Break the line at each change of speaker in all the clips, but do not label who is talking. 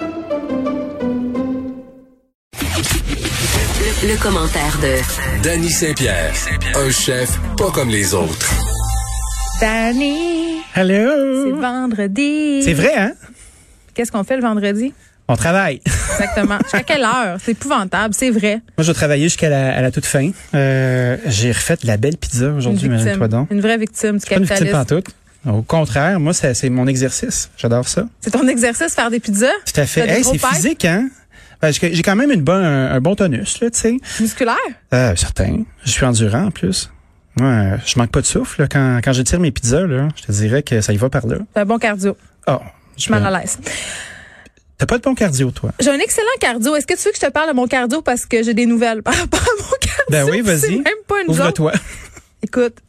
Le, le commentaire de
Danny Saint-Pierre, un chef pas comme les autres.
Danny, c'est
Hello!
vendredi.
Mm-hmm. C'est vrai, hein?
Qu'est-ce qu'on fait le vendredi?
On travaille.
Exactement. Jusqu'à quelle heure? C'est épouvantable, c'est vrai.
Moi, je vais travailler jusqu'à la, à la toute fin. Euh, j'ai refait de la belle pizza
Une
aujourd'hui,
victime.
imagine-toi donc.
Une vraie victime du
Pas une petite
capitalisme.
pantoute. Au contraire, moi, ça- c'est mon exercice. J'adore ça.
C'est ton exercice, faire des pizzas?
Tout à fait.
T'as des
Hey,
gros
c'est
pipes
physique, hein? Parce que j'ai quand même une bonne, un, un bon tonus, là, tu sais.
musculaires?
Euh, certain. Je suis endurant, en plus. Moi, euh, je manque pas de souffle. là. Quand, quand je tire mes pizzas, là, je te dirais que ça y va par là.
T'as un bon cardio.
Oh,
Je suis mal à l'aise.
T'as pas de bon cardio, toi?
J'ai un excellent cardio. Est-ce que tu veux que je te parle de mon cardio parce que j'ai des nouvelles par rapport à mon cardio?
Ben oui,
C'est
vas-y.
même pas une joke.
Ouvre-toi.
Écoute,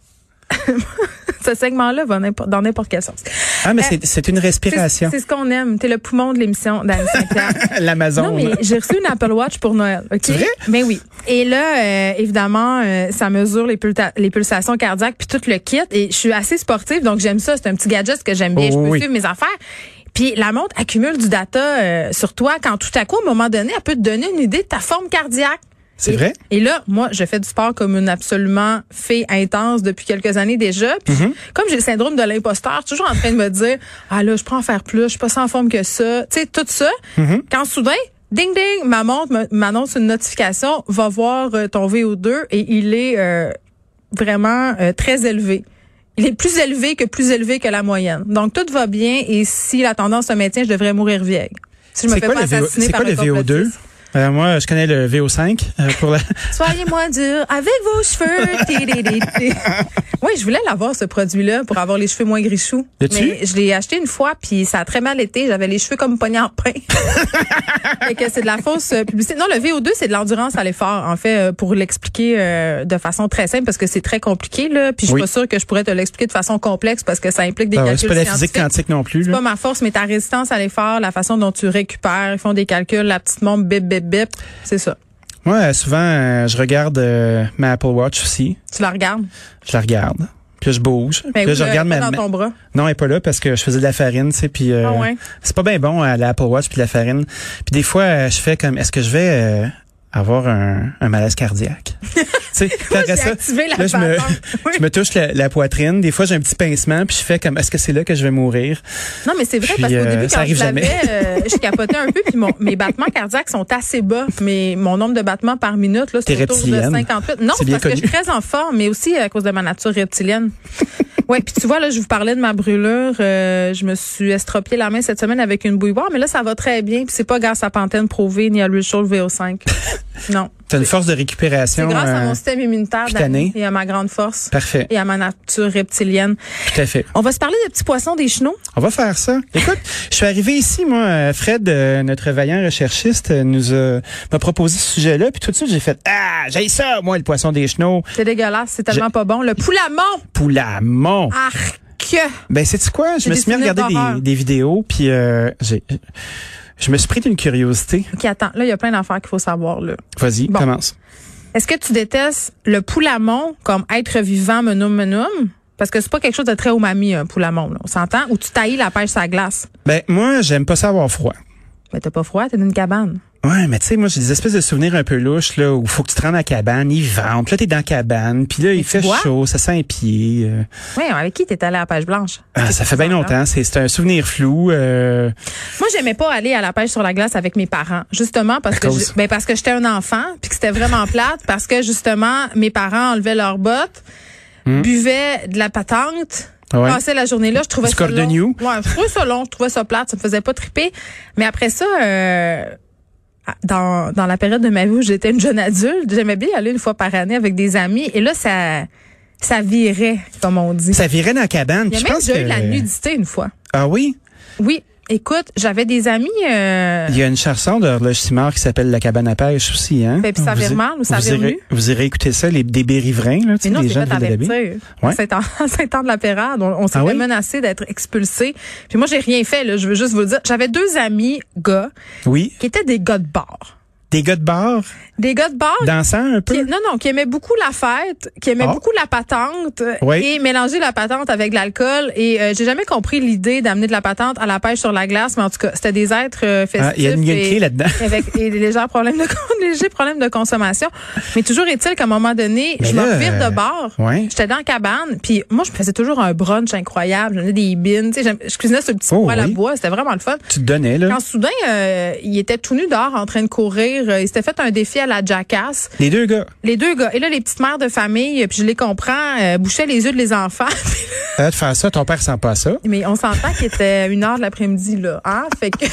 ce segment-là va n'importe- dans n'importe quel sens.
Ah, mais
Euh,
c'est- c'est une
C'est
respiration.
c'est ce qu'on aime. T'es le poumon de l'émission, Danny Saint-Pierre.
L'Amazon.
Non, mais j'ai reçu une Apple Watch pour Noël. OK?
C'est vrai?
Ben oui. Et là, euh, évidemment, euh, ça mesure les, pulta- les pulsations cardiaques puis tout le kit. Et je suis assez sportive, donc j'aime ça. C'est un petit gadget que j'aime bien.
Oh,
je peux
oui.
suivre mes affaires. Puis la montre accumule du data euh, sur toi quand tout à coup, à un moment donné, elle peut te donner une idée de ta forme cardiaque.
C'est
Et-
vrai?
Et là, moi, je fais du sport comme une absolument fée intense depuis quelques années déjà. Puis,
Mm-hmm.
comme j'ai le syndrome de l'imposteur, toujours en train de me dire, ah là, je prends en faire plus, je suis pas sans forme que ça. Tu sais, tout ça.
Mm-hmm.
Quand soudain, ding ding, ma montre me- m'annonce une notification, va voir euh, ton VO2 et il est euh, vraiment euh, très élevé. Il est plus élevé que plus élevé que la moyenne. Donc, tout va bien et si la tendance se maintient, je devrais mourir vieille. Si je me
C'est
fais
quoi
pas
le VO
assassiner
c'est
par
quoi le
un
VO2?
complotiste.
Euh, moi, je connais le VO5 euh, pour la.
Soyez moins dur avec vos cheveux. Tidididi. oui, je voulais l'avoir, ce produit-là, pour avoir les cheveux moins grichous.
L'as-tu?
Mais je l'ai acheté une fois, puis ça a très mal été. J'avais les cheveux comme pognés en pain. fait que c'est de la fausse euh, publicité. Non, le VO2, c'est de l'endurance à l'effort, en fait, euh, pour l'expliquer euh, de façon très simple, parce que c'est très compliqué, là. Puis je suis
Oui.
pas sûre que je pourrais te l'expliquer de façon complexe, parce que ça implique des
Ah ouais, c'est
calculs
pas la
scientifiques.
physique quantique non plus.
C'est pas
Là.
ma force, mais ta résistance à l'effort, la façon dont tu récupères, ils font des calculs, la petite montre bip bip bip, c'est ça.
Moi, euh, souvent, euh, je regarde euh, ma Apple Watch aussi.
Tu la regardes.
Je la regarde. Puis là, je bouge.
Mais
puis là, je regarde ma.
Ben euh, dans
ma-
ton bras.
Non, elle est pas là parce que je faisais de la farine, tu sais. Puis euh,
Ah ouais.
c'est pas bien bon à l'Apple Watch puis de la farine. Puis des fois, euh, je fais comme, est-ce que je vais euh, avoir un, un malaise cardiaque Tu sais, puis après
j'ai
ça,
activé la
là, je me,
patente. Oui.
je me touche la, la poitrine. Des fois, j'ai un petit pincement puis je fais comme, est-ce que c'est là que je vais mourir
Non, mais c'est vrai,
Puis,
parce qu'au
euh,
début,
ça
quand je
arrive
l'avais,
jamais.
euh, je capotais un peu, puis mon- mes battements cardiaques sont assez bas. Mais mon nombre de battements par minute, là, c'est
T'es
autour de
reptilienne.
58. Non,
C'est bien
parce que je suis
connu.
très en forme, mais aussi à cause de ma nature reptilienne. ouais, puis tu vois, là, je vous parlais de ma brûlure. euh, je me suis estropié la main cette semaine avec une bouilloire, mais là, ça va très bien. Puis c'est pas grâce à Pantene Prouvé ni à l'huile chaude VO5. non.
T'as une force de
C'est
récupération.
grâce à
euh,
mon système immunitaire
cutané.
Dani, et à ma grande force
Parfait.
et à ma nature reptilienne.
Tout à fait.
On va se parler de petits poissons des chenaux.
On va faire ça. Écoute, je suis arrivé ici, moi, euh, Fred, euh, notre vaillant recherchiste, euh, nous a, m'a proposé ce sujet-là, puis tout de suite, j'ai fait Ah, j'ai ça, moi, le poisson des chenaux,
C'est dégueulasse, c'est tellement pas bon. Le poulamont,
poulamont.
arc.
Ben, c'est quoi? Je
Ah. J'ai
me suis mis à
des
regarder
souvenirs
des, des vidéos, puis euh, j'ai, je me suis pris d'une curiosité.
Ok, attends, là, il y a plein d'affaires qu'il faut savoir, là.
Vas-y,
Bon.
commence.
Est-ce que tu détestes le poulamont comme être vivant menum menum? Parce que c'est pas quelque chose de très umami, un poulamont, là. On s'entend? Ou tu taillis la pêche à glace?
Ben, moi, j'aime pas ça avoir froid.
Mais t'as pas froid, t'es dans une cabane.
Ouais, mais tu sais, moi, j'ai des espèces de souvenirs un peu louches, là, où faut que tu te rendes à la cabane, il vente, puis là, t'es dans la cabane, puis là, il fait
bois?
chaud, ça sent un pied. euh.
Oui, avec qui t'es allé à la pêche blanche?
Ah, ça fait bien
hein?
longtemps, c'est c'est un souvenir flou. euh,
Moi, j'aimais pas aller à la pêche sur la glace avec mes parents, justement parce
À
que
cause?
je- ben parce que j'étais un enfant, puis que c'était vraiment plate parce que justement mes parents enlevaient leurs bottes, buvaient de la patente.
Hmm? Ah Ouais.
passaient la journée là, je trouvais
Du
ça long.
cordonnier.
Ouais, je trouvais ça long, je trouvais ça plate, ça me faisait pas triper. Mais après ça, euh, à- dans, dans la période de ma vie où j'étais une jeune adulte, j'aimais bien y aller une fois par année avec des amis. Et là, ça, ça virait, comme on dit.
Ça virait dans la cabane.
Il y a
puis
même
je pense
déjà
que...
eu de la nudité une fois.
Ah oui?
Oui, Écoute, j'avais des amis. euh,
Il y a une chanson d'Horloge Simard qui s'appelle La cabane à pêche aussi, hein?
Fait, Ben, puis ça
Vous
vire
i-
mal ou ça
vous
vire
irez-
nu?
Vous irez écouter ça, les débris riverains, là, tu sais,
Mais non,
les
c'est
gens
fait
de Ville-de-la-Baie.
avertir.
Ouais.
C'est en c'est en de la pérade. On, on s'est
Ah oui?
menacé d'être expulsé. Puis moi, j'ai rien fait. Là. Je veux juste vous le dire. J'avais deux amis gars
Oui.
qui étaient des gars de bar.
Des gars de bar,
Des gars de bar.
dansant un
qui-
peu.
non, non, qui aimaient beaucoup la fête, qui aimaient
Ah.
beaucoup la patente euh,
Oui.
et mélanger la patente avec de l'alcool. Et euh, j'ai jamais compris l'idée d'amener de la patente à la pêche sur la glace, mais en tout cas, c'était des êtres euh, festifs.
Ah, il y a une- il y a une
et-
clé là-dedans.
avec et des légers problèmes de con- légers problèmes de consommation. Mais toujours est-il qu'à un moment donné,
Mais
je me
là,
revire
euh,
de bord.
ouais.
J'étais dans la cabane, puis moi je me faisais toujours un brunch incroyable, j'en ai des bines, tu sais, j'aime- je cuisinais sur le petit
Oh,
poêle à
oui.
bois, c'était vraiment le fun.
Tu te donnais, là.
Quand soudain, euh, il était tout nu dehors en train de courir, euh, il s'était fait un défi à la jackass.
Les deux gars.
Les deux gars, et là les petites mères de famille, euh, puis je les comprends, euh, bouchaient les yeux de les enfants.
T'as de faire ça, ton père sent pas ça.
Mais on s'entend qu'il était une heure de l'après-midi là, hein, fait que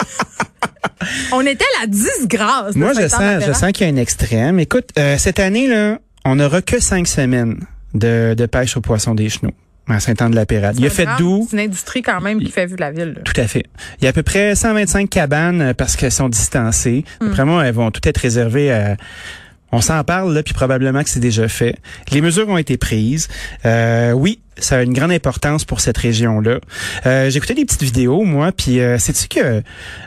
on était à la disgrâce. de
Moi,
ce
je
temps
sens, je
d'aberration.
sens qu'il y a un extrême. Écoute, euh, cette année, là, on n'aura que cinq semaines de, de pêche aux poissons des chenaux à Saint-Anne-de-la-Pérade. Il a
C'est
fait
grave.
doux.
C'est une industrie quand même qui fait vivre la ville. là.
Tout à fait. Il y a à peu près 125 cabanes euh, parce qu'elles sont distancées.
Hmm.
D'après moi, elles vont toutes être réservées à... On s'en parle, là, puis probablement que c'est déjà fait. Les mesures ont été prises. Euh, oui, ça a une grande importance pour cette région-là. Euh, J'écoutais des petites vidéos, moi, puis euh, sais-tu que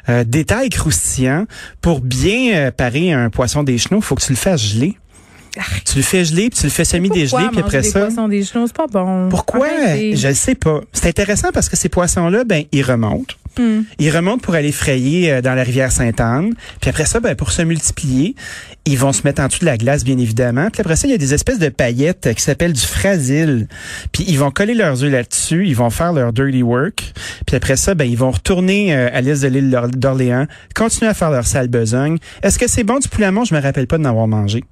euh, détail croustillant, pour bien euh, parer un poisson des chenaux, faut que tu le fasses geler. Tu le fais geler, puis tu le fais semi-dégeler,
Ah. Pourquoi
puis après
manger des
ça...
poissons, des genoux, c'est pas bon.
Pourquoi?
Arrêtez.
Je ne sais pas. C'est intéressant parce que ces poissons-là, ben, ils remontent. Ils remontent pour aller frayer euh, dans la rivière Sainte-Anne. Puis après ça, ben, pour se multiplier, ils vont se mettre en dessous de la glace, bien évidemment. Puis après ça, il y a des espèces de paillettes euh, qui s'appellent du frasile. Puis ils vont coller leurs œufs là-dessus. Ils vont faire leur dirty work. Puis après ça, ben, ils vont retourner euh, à l'île de l'île d'Or- d'Orléans, continuer à faire leur sale besogne. Est-ce que c'est bon du poulamont? Je me rappelle pas de n'avoir mangé.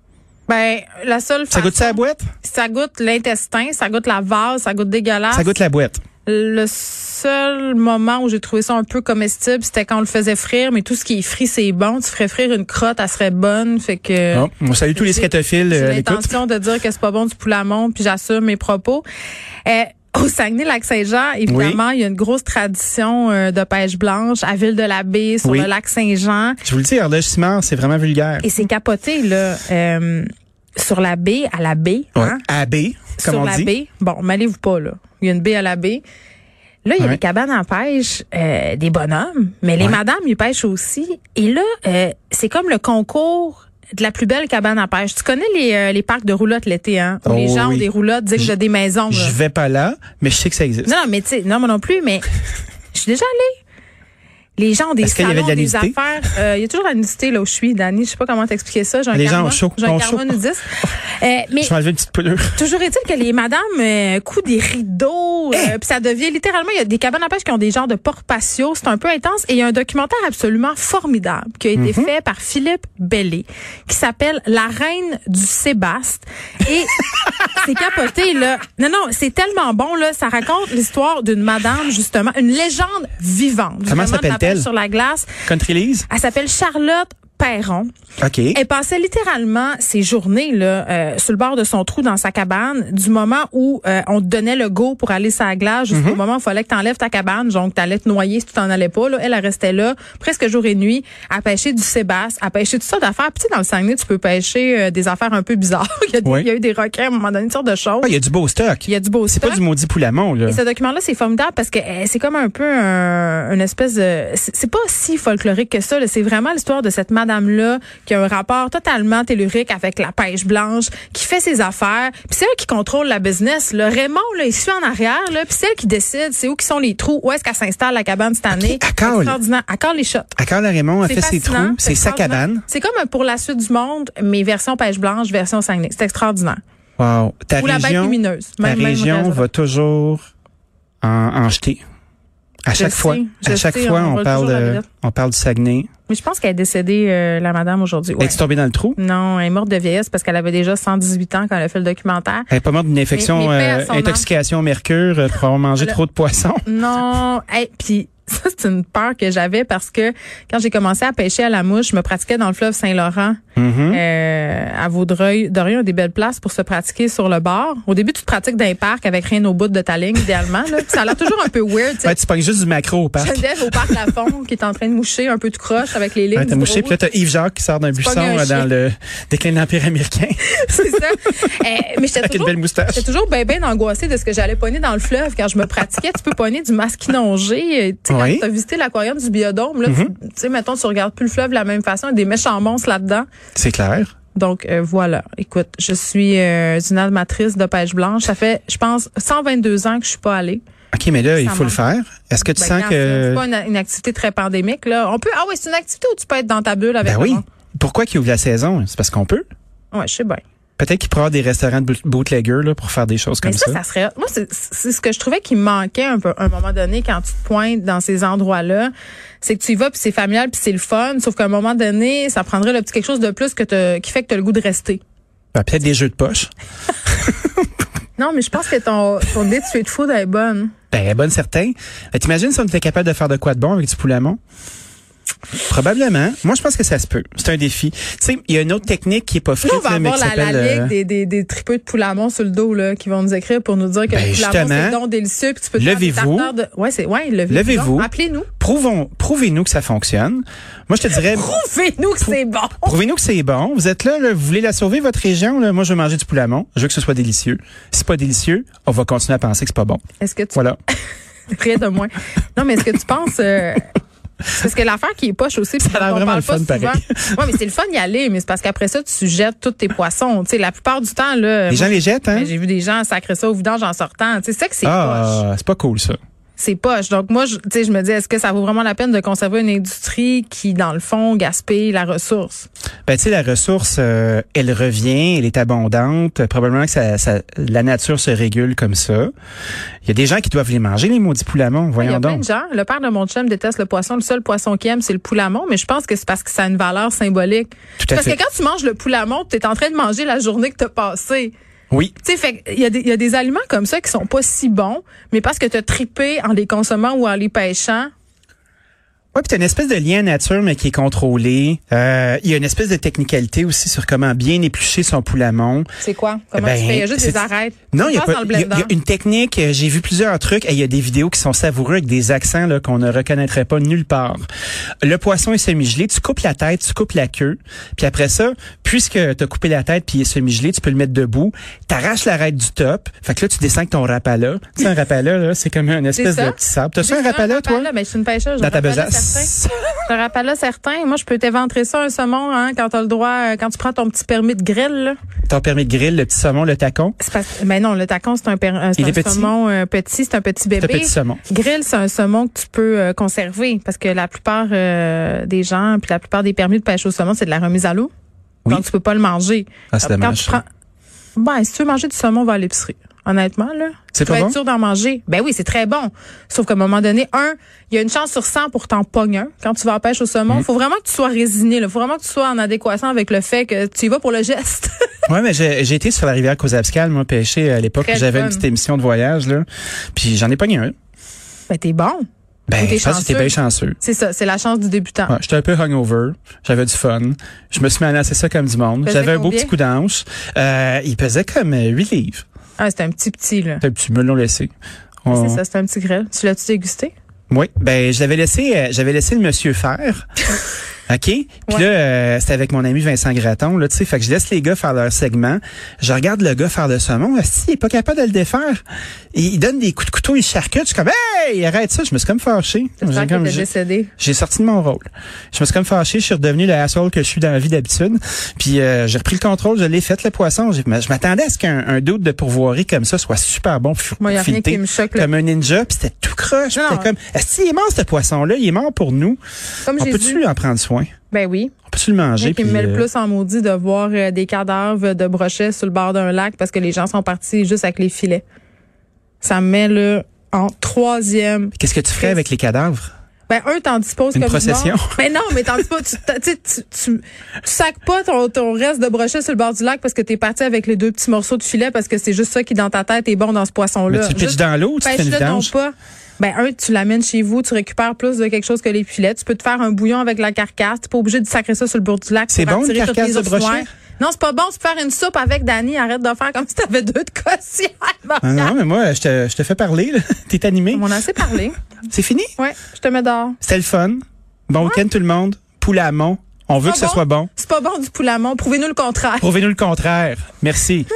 Ben, la seule
Ça
façon-
goûte ça la boîte?
Ça goûte l'intestin, ça goûte la vase, ça goûte dégueulasse.
Ça goûte la boîte.
Le seul moment où j'ai trouvé ça un peu comestible, c'était quand on le faisait frire, mais tout ce qui est frit, c'est bon. Tu ferais frire une crotte, elle serait bonne. Fait que.
Bon, on salue tous les scatophiles.
J'ai
euh, à l'écoute.
l'intention de dire que c'est pas bon du poulamon, puis j'assume mes propos. Euh, au Saguenay-Lac-Saint-Jean, évidemment, il y a une grosse tradition euh, de pêche blanche à Ville-de-la-Baie, sur
Oui.
le lac Saint-Jean.
Je vous le dis, Horloge Simard, c'est vraiment vulgaire.
Et c'est capoté, là, euh, sur la baie, à la baie.
Ouais.
hein,
AB, comme
sur
on
la
dit.
baie. Bon, m'allez-vous pas, là. Il y a une baie à la baie. Là, il y a
Ouais.
des cabanes en pêche, euh, des bonhommes, mais les madames, ils pêchent aussi. Et là, euh, c'est comme le concours de la plus belle cabane à pêche. Tu connais les, euh, les parcs de roulottes l'été, hein? Où les
Oh
gens
oui.
ont des roulottes dignes de des maisons. là.
Je vais pas là, mais je sais que ça existe.
Non, non, mais tu sais, non, moi non plus, mais je suis déjà allée. Les gens ont des
Est-ce qu'il y
salons,
avait de la
des
nudité?
affaires. Euh, Il y a toujours la nudité là où je suis, Dani. Je sais pas comment t'expliquer ça. J'ai un
Les gens
karma,
ont chaud,
J'ai un
ont
karma
chaud.
nudiste. Euh, mais
Je vais enlever une petite poulure.
Toujours est-il que les madames euh, coupent des rideaux,
Eh!
euh, puis ça devient littéralement, il y a des cabanes à pêche qui ont des genres de portes patio, c'est un peu intense, et il y a un documentaire absolument formidable qui a
Mhm.
été fait par Philippe Bellé, qui s'appelle La Reine du Sébaste, et c'est capoté, là. Non, non, c'est tellement bon, là, ça raconte l'histoire d'une madame, justement, une légende
Comment
vivante. justement, de la
s'appelle-t-elle?
pêche Sur la glace.
Country Lise?
Elle s'appelle Charlotte Perron.
OK.
Elle passait littéralement ses journées là, euh, sur le bord de son trou dans sa cabane, du moment où euh, on te donnait le go pour aller sur la glace jusqu'au moment où il fallait que tu enlèves ta cabane, donc tu allais te noyer si tu t'en allais pas. Là. Elle, elle restait là presque jour et nuit à pêcher du sébasse, à pêcher tout ça d'affaires. Puis tu sais, dans le Saguenay, tu peux pêcher euh, des affaires un peu bizarres. il, y a des-
Oui.
il y a eu des requins à un moment donné, une sorte de choses.
Ah, il y a du beau stock.
Il y a du beau
C'est pas
stock.
du maudit poulamont, là.
Et ce document-là, c'est formidable parce que euh, c'est comme un peu un, une espèce de... C'est c'est pas si folklorique que ça. là. C'est vraiment l'histoire de cette madame-là qui a un rapport totalement tellurique avec la pêche blanche, qui fait ses affaires. Puis c'est elle qui contrôle la business. Là. Raymond, là, il suit en arrière. Là, puis c'est elle qui décide c'est où qui sont les trous, où est-ce qu'elle s'installe la cabane cette année.
à Carl.
Extraordinaire. À Carl les shots.
À Carl Raymond, a fait ses
fascinant,
trous, c'est sa
extraordinaire.
cabane.
C'est comme un pour la suite du monde, mais version pêche blanche, version Saguenay. C'est extraordinaire.
Wow. Ta
Ou la bête
région,
lumineuse.
ta
Même- même
région
raison.
va toujours en, en jeter. À chaque
sais,
fois,
je
à chaque
sais,
fois,
on
on,
vole
parle
toujours la
de,
vedette.
on parle du Saguenay,
Mais je pense qu'elle est décédée, euh, la madame, aujourd'hui. Ouais.
Es-tu tombée dans le trou?
Non, elle est morte de vieillesse parce qu'elle avait déjà 118 ans quand elle a fait le documentaire.
Elle est pas morte d'une infection,
mais paix à
euh,
son âme.
intoxication au mercure, euh, pour avoir mangé trop de poissons.
Non, hey, puis ça c'est une peur que j'avais parce que quand j'ai commencé à pêcher à la mouche, je me pratiquais dans le fleuve Saint-Laurent
Mm-hmm.
euh, à Vaudreuil. Dorion a des belles places pour se pratiquer sur le bord. Au début, tu te pratiques dans les parcs avec rien au bout de ta ligne, idéalement. Là. Puis Ça a l'air toujours un peu weird. tu sais.
Ouais, tu pognes juste du macro au parc.
Geneviève au parc Lafond qui est en train de moucher un peu de croche avec les lignes.
Ouais, t'as
du
mouché,
drone.
puis là, t'as Yves Jacques qui sort d'un buisson
pognes un
euh,
chien.
dans le déclin de l'Empire américain.
C'est ça. Euh, mais j'étais
Avec une
toujours,
belle moustache.
j'étais toujours bien, bien angoissée de ce que j'allais pogner dans le fleuve quand je me pratiquais. tu peux pogner du masquinongé. euh, Tu sais, quand
Oui. Mhm.
t'as visité l'aquarium du biodôme, là, tu- tu sais, mettons, tu regardes plus le fleuve de la même façon. Il y a des méchants monstres là-dedans.
C'est clair.
Donc, euh, voilà. Écoute, je suis euh, une amatrice de pêche blanche. Ça fait, je pense, 122 ans que je suis pas allée.
OK, mais là, il
Ça
faut le
manque.
faire. Est-ce que tu
Ben,
sens
quand
que...
C'est pas une, une activité très pandémique, là. On peut, ah oui, c'est une activité où tu peux être dans ta bulle avec
Ben
le
oui.
monde.
Pourquoi qu'ils ouvrent la saison? C'est parce qu'on peut.
Ouais, je sais bien.
Peut-être qu'ils pourraient avoir des restaurants de boot- bootleggers là, pour faire des choses comme
Mais Ben, ça, ça serait. Moi, c'est c'est ce que je trouvais qui me manquait un peu à un moment donné quand tu te pointes dans ces endroits-là. C'est que tu y vas, puis c'est familial, puis c'est le fun. Sauf qu'à un moment donné, ça prendrait le petit quelque chose de plus que t'as- qui fait que tu as le goût de rester.
Ben, Peut-être des jeux de poche.
Non, mais je pense que ton, ton idée de street food elle est bonne.
Ben, bonne certaine. Ben, T'imagines si on était capable de faire de quoi de bon avec du poulet à mont? Probablement. Moi, je pense que ça se peut. C'est un défi. Tu sais, il y a une autre technique qui est pas
Là,
frite,
on va
là, mais
avoir
qui
la, la
s'appelle... euh,
ligue des, des, des tripeux de poulamon sur le dos là, qui vont nous écrire pour nous dire que
Ben,
le poulamon, c'est
justement,
donc délicieux, puis tu peux te faire des
levez-vous.
tartares de... Ouais, c'est ouais, levez-vous.
Levez-vous.
donc. Appelez-nous.
Prouvons, prouvez-nous que ça fonctionne. Moi, je te dirais,
Prouvez-nous que c'est bon.
prouvez-nous que c'est bon. Vous êtes là, là, vous voulez la sauver, votre région. Là. Moi, je veux manger du poulet à mont. Je veux que ce soit délicieux. Si c'est pas délicieux, on va continuer à penser que c'est pas bon.
Est-ce que tu
Voilà.
Rien de moins. Non, mais est-ce que tu penses... euh, parce que l'affaire qui est poche aussi, ça
a l'air vraiment le fun, pareil.
Oui, mais c'est le fun d'y aller, mais c'est parce qu'après ça, tu jettes tous tes poissons. Tu sais, la plupart du temps, là...
Les
moi,
gens les jettent, hein?
ben, J'ai vu des gens sacrer ça au vidange en sortant. Tu sais, c'est ça que c'est poche.
Ah, c'est pas cool, ça.
C'est poche. Donc, moi, je, tu sais, je me dis, est-ce que ça vaut vraiment la peine de conserver une industrie qui, dans le fond, gaspille la ressource?
Ben, tu sais, la ressource, euh, elle revient, elle est abondante. Euh, Probablement que ça, ça- la nature se régule comme ça. Il y a des gens qui doivent les manger, les maudits poulamons,
Il y
voyons
a plein
donc.
de gens. Le père de mon chum déteste le poisson. Le seul poisson qu'il aime, c'est le poulamon, mais je pense que c'est parce que ça a une valeur symbolique.
Tout à
parce
fait.
que quand tu manges le poulamon, tu es en train de manger la journée que tu as passée.
Oui.
Tu sais, fait qu'il y, a des- il y a des aliments comme ça qui sont pas si bons, mais parce que t'as tripé en les consommant ou en les pêchant.
Ouais, puis t'as une espèce de lien nature, mais qui est contrôlé. Euh, Il y a une espèce de technicalité aussi sur comment bien éplucher son poulamon.
C'est quoi? Comment
Ben,
tu fais? Il y a juste
c'est-
des arêtes.
Non,
Tu
il y a
passes
pas.
dans
Il
le
y a-
blender.
il y a une technique. euh, J'ai vu plusieurs trucs. et Il y a des vidéos qui sont savoureux avec des accents là qu'on ne reconnaîtrait pas nulle part. Le poisson est semi-gelé. Tu coupes la tête, tu coupes la queue. Puis après ça, puisque tu as coupé la tête puis il est semi-gelé, tu peux le mettre debout. T'arraches l'arête du top. Fait que là, tu descends avec ton rapala. Tu sais, un rapala, là, c'est comme une espèce
ça.
de petit sable. T'as ça un
J'ai
rapala, toi?
Ben, je suis une pêcheuse.
Dans ta
besace.
besace.
Un rapala certain. Moi, je peux t'éventrer ça un saumon, hein, quand t'as le droit, euh, quand tu prends ton petit permis de grêle, là.
Ton permis de grill, le petit saumon, le tacon.
C'est parce, ben non, le tacon, c'est un, per- euh, c'est
Il
un
est petit.
saumon euh, petit, c'est un petit bébé.
un petit saumon.
Grill, c'est un saumon que tu peux euh, conserver parce que la plupart euh, des gens, puis la plupart des permis de pêche au saumon, c'est de la remise à l'eau.
Oui.
Donc, tu peux pas le manger.
Ah, c'est
Quand
dommage,
tu prends- Ben, si tu veux manger du saumon, va à l'épicerie. Honnêtement, là.
C'est
tu vas
pas bon?
être sûr d'en manger. Ben oui, c'est très bon. Sauf qu'à un moment donné, un, il y a une chance sur 100 pour t'en pogner un quand tu vas en pêche au
Mm.
saumon. Faut vraiment que tu sois résiné, là. Faut vraiment que tu sois en adéquation avec le fait que tu y vas pour le geste.
Ouais, mais j'ai j'ai été sur la rivière Causabscal, moi, pêcher à l'époque.
Très
J'avais une
fun.
petite émission de voyage, là. Puis j'en ai pogné un.
ben, t'es bon.
Ben,
Ou t'es
je pense que j'étais
chanceux.
bien chanceux.
C'est ça, c'est la chance du débutant.
Ouais, j'étais un peu hungover, j'avais du fun. Je me suis mis à lancer ça comme du monde.
Pesait
J'avais un beau
combien?
petit coup d'anche. Euh, il pesait comme 8 livres.
Ah, c'est un petit petit, là.
T'as- Tu me l'ont laissé. On-
C'est ça, c'est un petit grêle. Tu l'as-tu dégusté?
Oui, ben je l'avais laissé, euh, j'avais laissé le monsieur faire. OK? Puis
Ouais.
là, euh, c'était avec mon ami Vincent Gratton, là, tu sais, fait que je laisse les gars faire leur segment. Je regarde le gars faire le saumon. Si, il est pas capable de le défaire. Il, il donne des coups de couteau, il charcute. Je suis comme, hey, arrête ça. Je me suis comme fâché.
J'espère
J'ai
qu'il
comme-
était
j'ai-
décédé.
j'ai sorti de mon rôle. Je me suis comme fâché, je suis redevenu le asshole que je suis dans la vie d'habitude. Puis euh, j'ai repris le contrôle, je l'ai fait le poisson. J'ai- mais Je m'attendais à ce qu'un un doute de pourvoirie comme ça soit super bon, puis
Moi, y a rien
fileté
qui me choque, là.
comme un ninja, puis c'était tout croche. puis
Non,
C'était comme, est-ce qu'il est mort ce poisson-là? Il est mort pour nous.
Comme
On
j'ai dit,
peut-tu en prendre soin?
ben oui.
On peut-tu le Ah, manger?
Moi qui me
puis,
met le
euh,
plus en maudit de voir euh, des cadavres de brochets sur le bord d'un lac parce que les gens sont partis juste avec les filets. Ça me met là en troisième.
Qu'est-ce que tu ferais avec les cadavres?
Ben, un, t'en disposes
Une
comme
procession.
du monde. Mais non, mais t'en disposes. Tu, t'as- tu, sais, tu, tu, tu sacs pas ton, ton reste de brochet sur le bord du lac parce que t'es parti avec les deux petits morceaux de filet parce que c'est juste ça qui, dans ta tête, est bon dans ce poisson-là.
Mais tu le pitches
Juste
dans l'eau ou tu te fais une
pêche-le donc
vidange?
pas. Ben, un, tu l'amènes chez vous, tu récupères plus de quelque chose que les filets. Tu peux te faire un bouillon avec la carcasse. T'es pas obligé de sacrer ça sur le bord du lac.
C'est
pour
bon, une
attirer toutes
carcasse
les
de
ours noires.
brochet?
Non, c'est pas bon. Tu peux faire une soupe avec Dani. Arrête de faire comme si t'avais deux de cossières.
Ah non, mais moi, je te, je te fais parler. là. T'es animé.
On en a assez parlé.
C'est fini?
Ouais, je te mets dehors.
C'était le fun. Bon week-end tout le monde. Poulet à mont. On veut
Pas
que ce soit bon.
C'est pas bon du poulamon. Prouvez-nous le contraire.
Prouvez-nous le contraire. Merci.